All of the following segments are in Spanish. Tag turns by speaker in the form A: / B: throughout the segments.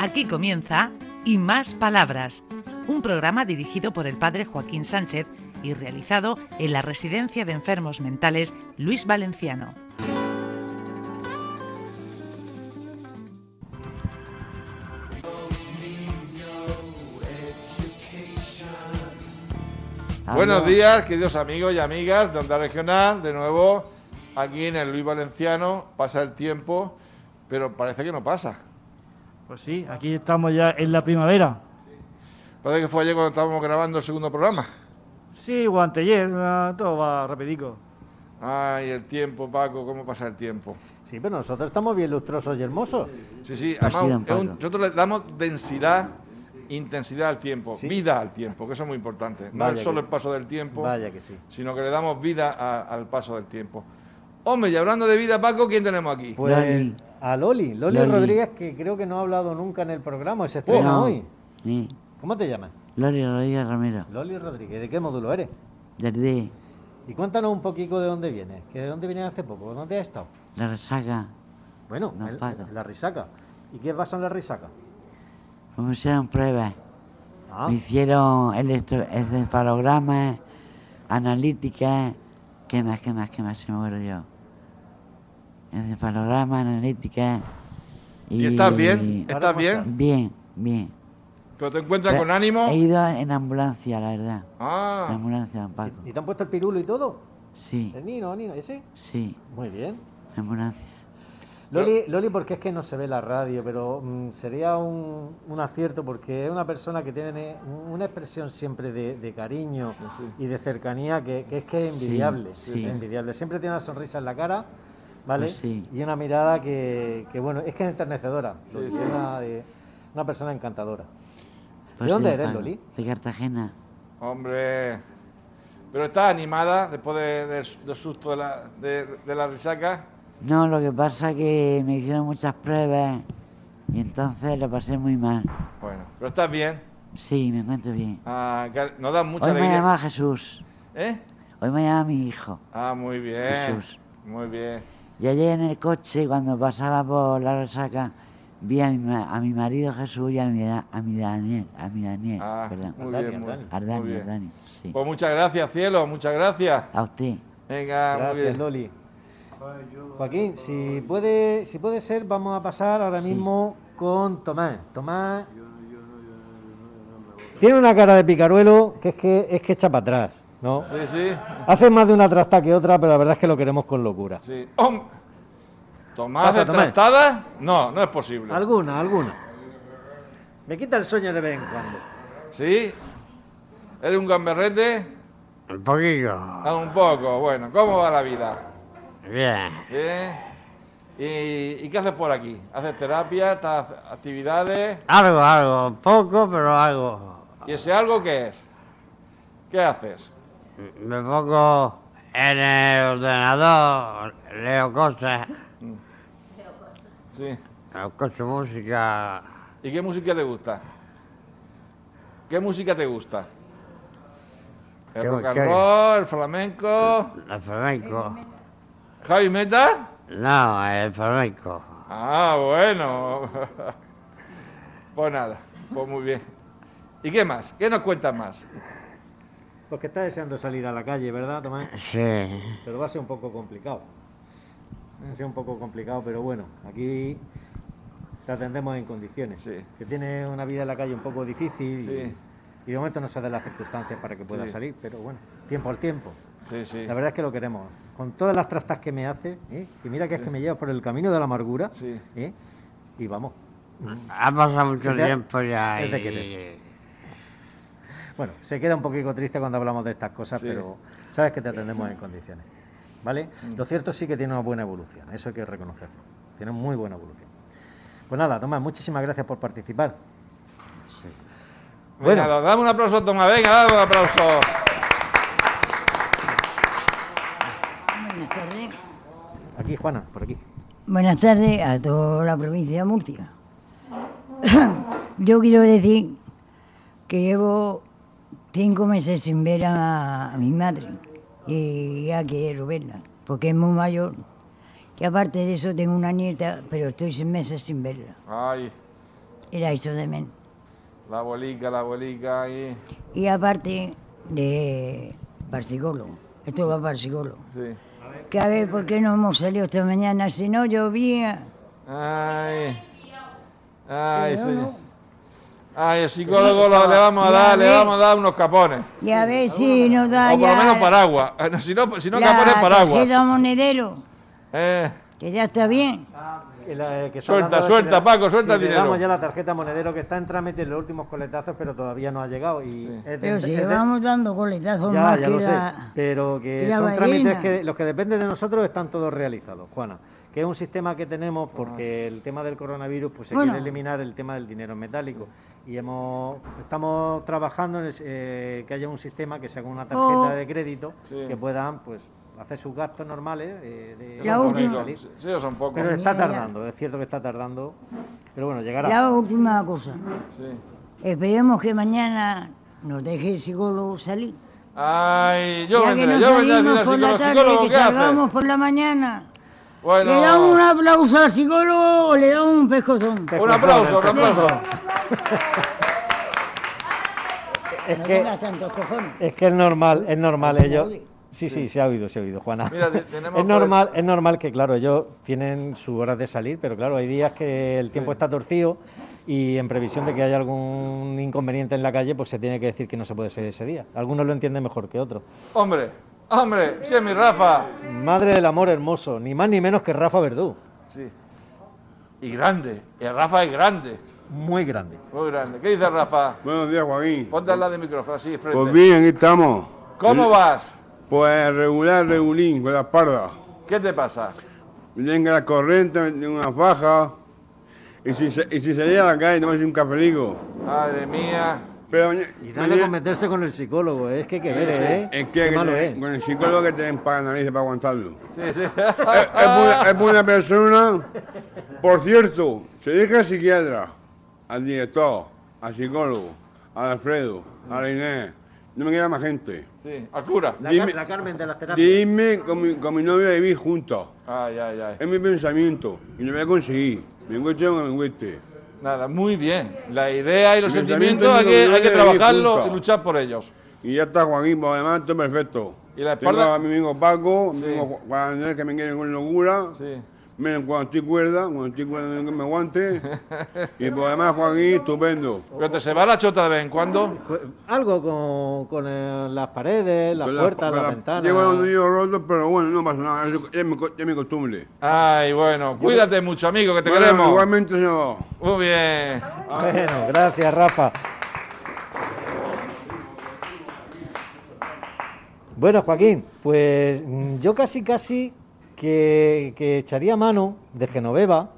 A: Aquí comienza Y Más Palabras, un programa dirigido por el padre Joaquín Sánchez y realizado en la Residencia de Enfermos Mentales Luis Valenciano.
B: Buenos días, queridos amigos y amigas de Onda Regional, de nuevo aquí en el Luis Valenciano. Pasa el tiempo, pero parece que no pasa.
C: Pues sí, aquí estamos ya en la primavera.
B: Parece que fue ayer cuando estábamos grabando el segundo programa.
C: Sí, o anteayer, ah, todo va rapidico.
B: Ay, el tiempo, Paco, cómo pasa el tiempo.
D: Sí, pero nosotros estamos bien lustrosos y hermosos.
B: Sí, sí,
D: Pues
E: Así
B: además,
E: dan,
B: es un-
E: Paco.
B: nosotros le damos densidad, intensidad al tiempo,
D: Sí.
B: vida al tiempo, que eso es muy importante. No
D: Vaya
B: es solo el
D: que-
B: paso del
E: Pues,
B: tiempo,
D: Vaya que sí.
B: sino que le damos vida a- al paso del tiempo. Hombre, y hablando de vida, Paco, ¿quién tenemos aquí?
D: Pues
E: Loli.
D: a Loli, Loli,
E: Loli.
D: Rodríguez, que creo que no ha hablado nunca en el programa, se estrena
E: No,
D: hoy.
E: sí.
D: ¿Cómo te llamas?
E: Loli Rodríguez Romero,
D: Loli Rodríguez, ¿de qué módulo eres?
E: desde
D: Y cuéntanos un poquito de dónde vienes, que de dónde vienes hace poco, ¿dónde has estado?
E: La Resaca,
D: Bueno,
E: No,
D: el-
E: Paco.
D: la risaca. ¿Y qué pasa en la risaca?
E: me hicieron pruebas.
D: Ah,
E: Me hicieron electroencefalogramas, analíticas, ¿qué más, qué más, qué más se me muero yo? Encefalogramas, analíticas.
B: ¿Y estás bien?
D: Ahora
B: ¿Estás
D: cómo
B: bien?
D: estás.
E: Bien, bien.
B: ¿Pero te
E: Eh,
B: encuentras con ánimo?
E: He ido en ambulancia, la verdad. En
B: Ah,
E: ambulancia, don Paco.
D: ¿y te han puesto el pirulo y todo?
E: Sí,
D: El nino, nino, ¿ese?
E: sí,
D: Muy bien.
E: en ambulancia.
D: Loli, Loli, porque es que no se ve la radio, pero mm, sería un, un acierto porque es una persona que tiene una expresión siempre de, de cariño y de cercanía que, que es que es
E: Sí,
D: envidiable,
E: sí.
D: es envidiable. Siempre tiene una sonrisa en la cara, ¿vale?
E: Pues sí.
D: Y una mirada que, que, bueno, es que es enternecedora.
B: Sí,
D: Loli,
B: sí.
D: es Una, de- una persona encantadora.
E: Pues
D: dónde
E: sí,
D: eres,
E: Paco,
D: Loli?
E: De Cartagena.
B: hombre. Pero estás animada después de- del del susto de la, de, de la risaca.
E: No, lo que pasa que me hicieron muchas pruebas y entonces lo pasé muy mal.
B: Bueno, pero estás bien.
E: Sí, me encuentro bien.
B: Ah, que nos da mucha
E: Hoy me
B: alegría.
E: llama Jesús.
B: ¿Eh?
E: Hoy me llama mi hijo.
B: Ah, muy bien.
E: Jesús.
B: Muy bien.
E: Y ayer en el coche, cuando pasaba por la resaca, vi a mi, ma- a mi marido Jesús y a mi, da- a mi Daniel. A mi Daniel,
B: Ah,
E: perdón.
B: muy
D: Dani,
B: bien. Muy,
D: Dani.
E: A
B: muy
E: Dani, a
B: bien.
E: Dani, sí.
B: Pues muchas gracias, cielo. Muchas gracias.
E: A usted.
B: Venga, muy
D: Gracias,
B: bien.
D: Loli. Joaquín, si puede, si puede ser, vamos a pasar ahora
E: Sí.
D: mismo con Tomás. Tomás tiene una cara de picaruelo que es que es que echa para atrás, ¿no?
B: Sí, sí.
D: Hace más de una trasta que otra, pero la verdad es que lo queremos con locura.
B: sí. Hom- ¿Tomás
D: Pasa,
B: de
D: Tomás.
B: trastada? No, no es posible.
D: Alguna, alguna. Me quita el sueño de vez en cuando.
B: ¿Sí? ¿Eres un gamberrete?
F: Un poquillo.
B: Ah, un poco. Bueno, ¿cómo va la vida?
F: Bien.
B: ¿Bien? ¿Y, y qué haces por aquí? ¿Haces terapia? ¿Estás actividades?
F: Algo, algo. Poco, pero algo.
B: ¿Y ese algo qué es? ¿Qué haces?
F: Me pongo en el ordenador, leo cosas,
B: Sí.
F: escucho música.
B: ¿Y qué música te gusta? ¿Qué música te gusta? ¿El
F: ¿Qué-
B: rock and
F: qué?
B: roll, el flamenco?
F: El flamenco.
B: ¿Javi Meta?
F: No, el flamenco.
B: Ah, bueno. pues nada, pues muy bien. ¿Y qué más? ¿Qué nos cuentas más?
D: Porque está deseando salir a la calle, ¿verdad, Tomás?
F: Sí.
D: Pero va a ser un poco complicado. Va a ser un poco complicado, pero bueno, aquí te atendemos en condiciones.
B: Sí.
D: Que tiene una vida en la calle un poco difícil y-
B: Sí.
D: y, de momento no se dan las circunstancias para que pueda
B: Sí.
D: salir, pero bueno, tiempo al tiempo.
B: Sí, sí.
D: La verdad es que lo queremos. Con todas las trastas que me hace, ¿eh? y mira que es que me llevas por el camino de la amargura,
B: Sí.
D: ¿eh? y vamos.
F: Ha pasado mucho
D: Sí, ya.
F: tiempo ya.
D: Es de
F: Y...
D: querer. Bueno, se queda un poquito triste cuando hablamos de estas cosas,
B: Sí.
D: pero sabes que te atendemos en condiciones. ¿Vale?
B: Mm.
D: Lo cierto sí que tiene una buena evolución, eso hay que reconocerlo. Tiene muy buena evolución. Pues nada, Tomás, muchísimas gracias por participar.
B: Bueno,
D: Bueno.
B: damos un aplauso a Tomás. Venga, damos un aplauso.
G: Buenas tardes.
D: Aquí, Juana, por aquí.
G: Buenas tardes a toda la provincia de Murcia. Yo quiero decir que llevo cinco meses sin ver a, a mi madre y ya quiero verla, porque es muy mayor. Que aparte de eso tengo una nieta, pero estoy seis meses sin verla.
B: Ay,
H: era eso de menos.
B: La bolica, la bolica y...
H: Y aparte de para psicólogo, esto va para psicólogo.
B: Sí.
H: Que a ver, ¿por qué no hemos salido esta mañana? Si no llovía,
B: Ay. Ay,
H: Pero
B: sí.
H: no.
B: Ay, el psicólogo lo- le vamos a
H: Ya
B: dar, le
H: ves.
B: vamos a dar unos capones.
H: y a ver si nos da
B: O por lo
H: ya
B: menos paraguas. Eh, no, Si no, si no
H: la
B: capones,
H: tarjeta
B: paraguas.
H: monedero,
B: Eh,
H: que ya está bien.
D: Que la- que está
B: Suelta,
D: hablando de
B: suelta,
D: si le-
B: Paco, suelta
D: si
B: el
D: le
B: dinero.
D: damos ya la tarjeta monedero que está en trámite en los últimos coletazos, pero todavía no ha llegado. Y
B: Sí.
D: es de-
H: Pero si
D: es de-
H: llevamos dando coletazos
D: Ya,
H: más
D: ya
H: que
D: lo sé.
H: la-
D: Pero
H: que
D: que
H: la
D: son
H: ballena.
D: trámites que los que dependen de nosotros están todos realizados, Juana. Que es un sistema que tenemos porque el tema del coronavirus pues se
H: Pues Bueno.
D: quiere eliminar el tema del dinero en metálico. Y hemos, estamos trabajando en es- eh, que haya un sistema que se haga una tarjeta
H: Oh.
D: de crédito
B: Sí.
D: que puedan pues hacer sus gastos normales eh, de-
B: esos
H: La
B: son
D: de
H: última. Pues
B: poquitos. Sí, ellos son pocos.
D: Pero
H: Mira,
D: está
H: ya.
D: tardando, es cierto que está tardando. Pero bueno, llegará.
H: La última cosa,
B: Sí.
H: esperemos que mañana nos deje el psicólogo salir.
B: Ay, yo
H: ya
B: vendré,
H: que
B: yo
H: nos
B: vendré a decir al
H: salimos por la
B: psicólogo,
H: tarde,
B: psicólogo
H: que
B: ¿qué hace?
H: salgamos por la mañana. ¿Le damos un
B: Bueno,
H: aplauso al psicólogo o le damos un pescozón?
B: un aplauso, un aplauso.
D: Es
H: No
D: que,
H: tengas tantos cojones.
D: es que es normal, es normal
H: ¿Se
D: ellos.
H: oye?
D: Sí, sí, se ha oído, se ha oído, Juana.
B: Mira, te- tenemos
D: es normal, es normal que claro, ellos tienen sus horas de salir, pero claro, hay días que el tiempo está torcido y en previsión de que haya algún inconveniente en la calle, pues se tiene que decir que no se puede salir ese día. Algunos lo entienden mejor que otros.
B: Hombre, hombre, sí, mi Rafa.
D: Madre del amor hermoso, ni más ni menos que Rafa Verdú,
B: Sí. Y grande, y el Rafa es grande,
D: muy grande.
B: muy grande. ¿Qué dice Rafa?
I: Buenos días, Joaquín.
B: Ponte al lado de micrófono, así, frente.
I: Pues bien, aquí estamos.
B: ¿Cómo vas?
I: Pues regular, regulín, con la espalda.
B: ¿Qué te pasa?
I: Venga la corriente, tengo una faja. Y si, se- y si salía a la calle, tomarse un cafelico.
B: Madre mía.
I: Pero maña-
D: Y dale con
I: mañana-
D: meterse con el psicólogo, eh, es que hay que ver, ¿eh?
I: es que,
D: Qué
I: hay que
D: malo
I: tener-
D: es.
I: con el psicólogo que tienen para narices para aguantarlo.
B: Sí, sí.
I: es,
D: Ah.
I: es buena, es buena persona. Por cierto, se deja al psiquiatra, al director, al psicólogo, al Alfredo, a la Inés. No me queda más gente.
B: sí. Al cura.
D: La,
I: Dime-
D: Car- la Carmen de las terapias.
I: Dime con mi, con mi novia vivir juntos.
B: Ay, ay, ay.
I: Es mi pensamiento y lo voy a conseguir. Me cueste o no me cueste.
B: Nada, muy bien. La idea y los
I: Pensamiento
B: sentimientos hay que,
I: individual
B: hay que
I: de
B: trabajarlos
I: disfruta.
B: y luchar por ellos.
I: Y ya está Joaquín, por lo demás, todo perfecto.
B: ¿Y la espalda?
I: Tengo a mi amigo Paco,
B: Sí.
I: mi amigo Ju- Juan Andrés que me quiere con locura.
B: Sí.
I: Miren, cuando estoy cuerda, cuando estoy cuerda no que me aguante. y por lo demás, Joaquín, estupendo.
B: Pero te se va la chota de vez en cuando.
D: Pues, Algo con, con eh, las paredes, las
I: Con
D: puertas,
I: con
D: las
I: la-
D: ventanas.
I: Llevo los nudillos rotos, pero bueno, no pasa nada. Eso es mi, co- es mi costumbre.
B: Ay, bueno. Cuídate mucho, amigo, que te
I: Bueno,
B: queremos.
I: Igualmente, señor.
B: Muy bien.
D: Bueno, gracias, Rafa. Bueno, Joaquín, pues mm, yo casi, casi que, que echaría mano de Genoveva,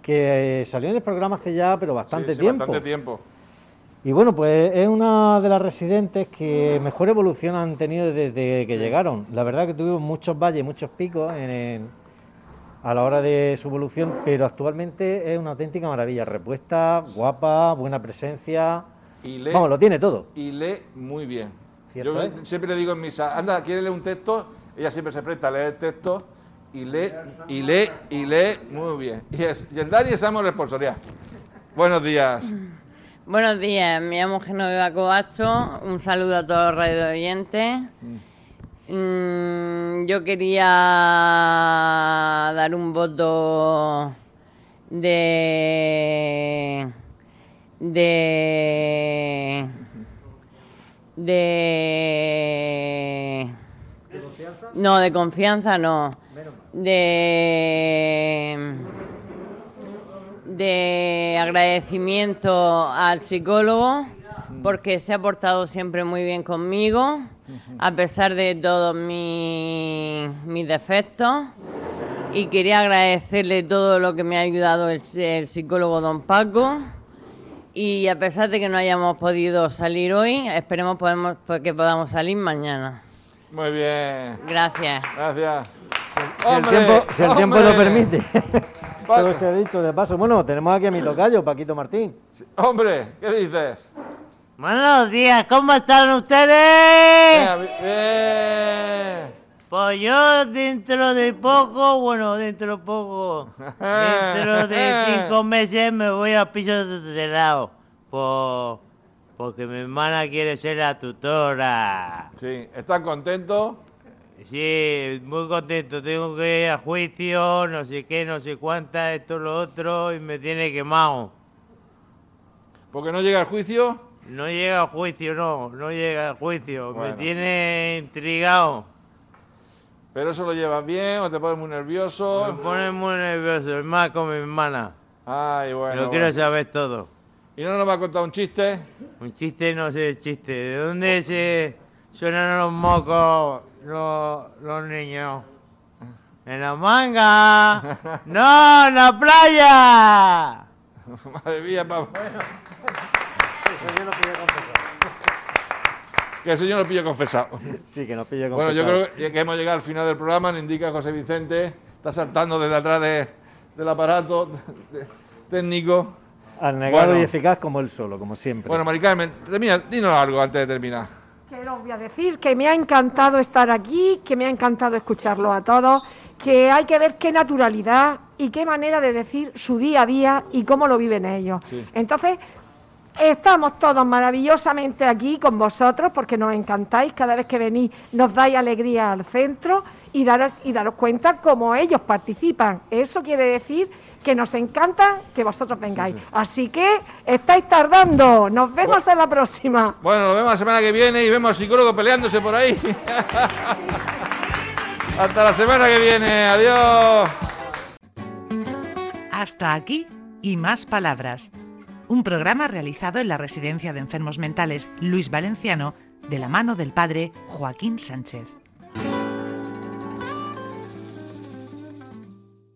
D: que eh, salió en el programa hace ya, pero bastante,
B: Sí, sí,
D: tiempo.
B: Bastante tiempo.
D: Y bueno, pues es una de las residentes que mejor evolución han tenido desde que llegaron. La verdad que tuvimos muchos valles, muchos picos en- en- a la hora de su evolución, pero actualmente es una auténtica maravilla. Repuesta, guapa, buena presencia.
B: Y lee,
D: Vamos, lo tiene todo.
B: Y lee muy bien.
D: ¿Cierto,
B: Yo
D: eh?
B: siempre le digo en misa, anda, quiere leer un texto, ella siempre se presta a leer el texto y lee, y lee, y lee muy bien. Y, es, y el Dani es amo responsabilidad. Buenos días.
E: Buenos días, me llamo Genoveva Cobacho. Un saludo a todos los radio oyentes. Mm, yo quería dar un voto de. de. de. No, de confianza no. De de agradecimiento al psicólogo porque se ha portado siempre muy bien conmigo, a pesar de todos mi- mis defectos. Y quería agradecerle todo lo que me ha ayudado el, el psicólogo don Paco. Y a pesar de que no hayamos podido salir hoy, esperemos podemos, pues, que podamos salir mañana.
B: Muy bien.
E: Gracias.
B: Gracias.
D: Si el
B: ¡Hombre!
D: tiempo, si el tiempo lo
B: ¡Hombre!
D: permite.
B: Paco.
D: Todo se ha dicho de paso. Bueno, tenemos aquí a mi tocayo, Paquito Martín.
B: Hombre, ¿qué dices?
J: Buenos días, ¿cómo están ustedes?
B: Venga, bi- bien.
J: Pues
D: Pues yo dentro de poco, bueno, dentro de poco, dentro de cinco meses me voy al piso de tutelado. Por, porque mi hermana quiere ser la tutora.
B: Sí, ¿estás contento?
D: Sí, muy contento. Tengo que ir a juicio, no sé qué, no sé cuánta, esto, lo otro, y me tiene quemado.
B: ¿Porque no llega al juicio?
D: No llega a juicio, no, no llega a juicio.
B: Bueno.
D: Me tiene intrigado.
B: ¿Pero eso lo llevas bien o te pones muy nervioso?
D: Me pone muy nervioso, es más con mi hermana.
B: Ay, bueno.
D: Lo quiero
B: bueno.
D: saber todo.
B: ¿Y no nos va a contar un chiste?
D: Un chiste no sé chiste. ¿De dónde se suenan los mocos los, los niños? En la manga. No, en la playa.
B: Madre mía, papá. Que eso yo lo pillo confesado.
K: Sí, que nos pille con
B: Bueno, yo creo que que hemos llegado al final del programa, nos indica José Vicente, está saltando desde atrás de- del aparato de- técnico.
K: Al negado
B: Bueno.
K: y eficaz como él solo, como siempre.
B: Bueno, Mari Carmen, termina, dinos algo antes de terminar.
H: Que os voy a decir que me ha encantado estar aquí, que me ha encantado escucharlo a todos, que hay que ver qué naturalidad y qué manera de decir su día a día y cómo lo viven ellos.
L: Sí.
H: Entonces, estamos todos maravillosamente aquí con vosotros porque nos encantáis, cada vez que venís nos dais alegría al centro y daros, y daros cuenta cómo ellos participan. Eso quiere decir que nos encanta que vosotros vengáis. Así que estáis tardando, nos vemos en la próxima.
B: Bueno, nos vemos la semana que viene y vemos al psicólogo peleándose por ahí. Hasta la semana que viene, adiós.
A: Hasta aquí y más palabras. Un programa realizado en la Residencia de Enfermos Mentales Luis Valenciano de la mano del padre Joaquín Sánchez.